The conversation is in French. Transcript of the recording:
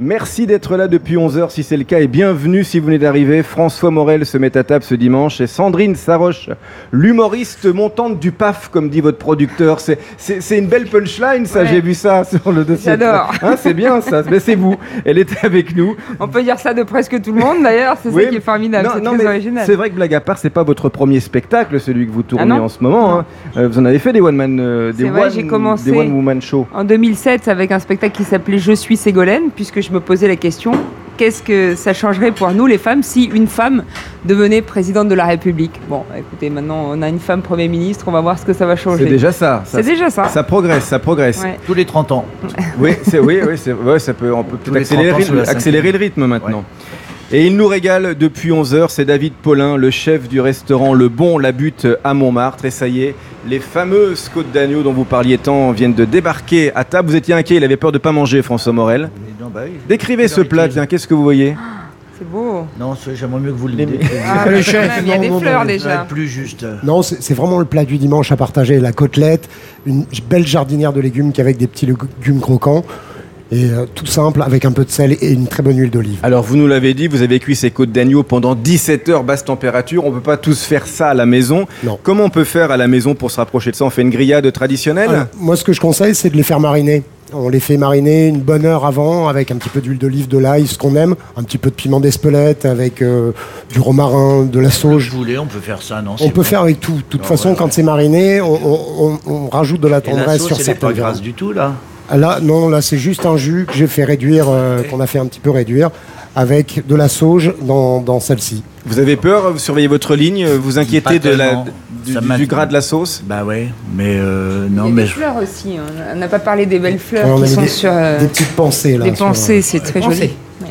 Merci d'être là depuis 11h si c'est le cas et bienvenue si vous venez d'arriver. François Morel se met à table ce dimanche et Sandrine Saroche, l'humoriste montante du PAF, comme dit votre producteur. C'est- C'est c'est une belle punchline, ça, Ouais. j'ai vu ça sur le dossier. J'adore. Hein, c'est bien ça, mais c'est vous. Elle était avec nous. On peut dire ça de presque tout le monde d'ailleurs, c'est Oui, ça qui est formidable, c'est très mais original. Ah c'est vrai que blague à part, c'est pas votre premier spectacle, celui que vous tournez non en ce moment. hein. Euh, vous en avez fait des one man, euh, des C'est vrai, one- j'ai commencé- des one woman show. En 2007, avec un spectacle qui s'appelait Je suis Ségolène, puisque je me posais la question qu'est-ce que ça changerait pour nous les femmes si une femme devenait présidente de la République Bon, écoutez, maintenant on a une femme Premier ministre, on va voir ce que ça va C'est changer. déjà ça. C'est ça déjà ça. ça progresse, ça progresse. Ouais. Tous les 30 ans. Oui, c'est oui, oui, c'est- ouais, ça peut, on peut Tous peut-être les accélérer, 30 ans sous le- la cinquième. accélérer le rythme maintenant. Et il nous régale depuis 11h, c'est David Paulin, le chef du restaurant Le Bon La Butte à Montmartre. Et ça y est, les fameuses côtes d'agneau dont vous parliez tant viennent de débarquer à table. Vous étiez inquiet, il avait peur de pas manger, François Morel. Non, bah oui. Décrivez ce plat, tiens, qu'est-ce que vous voyez C'est beau. Non, c'est- j'aimerais mieux que vous le décriviez. Ah, le bah, chef, quand même, Il y a non, des non, fleurs non, Ça va déjà. être plus juste. Non, c'est c'est vraiment le plat du dimanche à partager. La côtelette, une belle jardinière de légumes qu'avec des petits légumes croquants. Et euh, tout simple, avec un peu de sel et une très bonne huile d'olive. Alors vous nous l'avez dit, vous avez cuit ces côtes d'agneau pendant 17 heures, basse température. On peut pas tous faire ça à la maison. Non. Comment on peut faire à la maison pour se rapprocher de ça On fait une grillade traditionnelle Ah Alors, moi, ce que je conseille, c'est de les faire mariner. On les fait mariner une bonne heure avant avec un petit peu d'huile d'olive, de l'ail, ce qu'on aime, un petit peu de piment d'espelette, avec euh, du romarin, de la Je sauge. voulais, on peut faire ça, non On peut faire avec tout. De toute Non, façon, Ah ouais, quand ouais. c'est mariné, on, on- on- on rajoute de la Et la tendresse sauce, sur elle est pas certaines viandes. grasse du tout, là. Ah, Là, non, là, c'est juste un jus que j'ai fait réduire, euh, qu'on a fait un petit peu réduire, avec de la sauge dans, dans celle-ci. Vous avez peur, vous surveillez votre ligne, vous inquiétez de la, tellement. du, Ça du- m'a- du gras de la sauce Bah ouais, mais euh, Il y non, a mais des je- fleurs aussi, hein. on n'a pas parlé des belles Ouais, fleurs on a qui mis sont des, sur euh, des petites pensées, là. des sur- pensées, c'est très joli.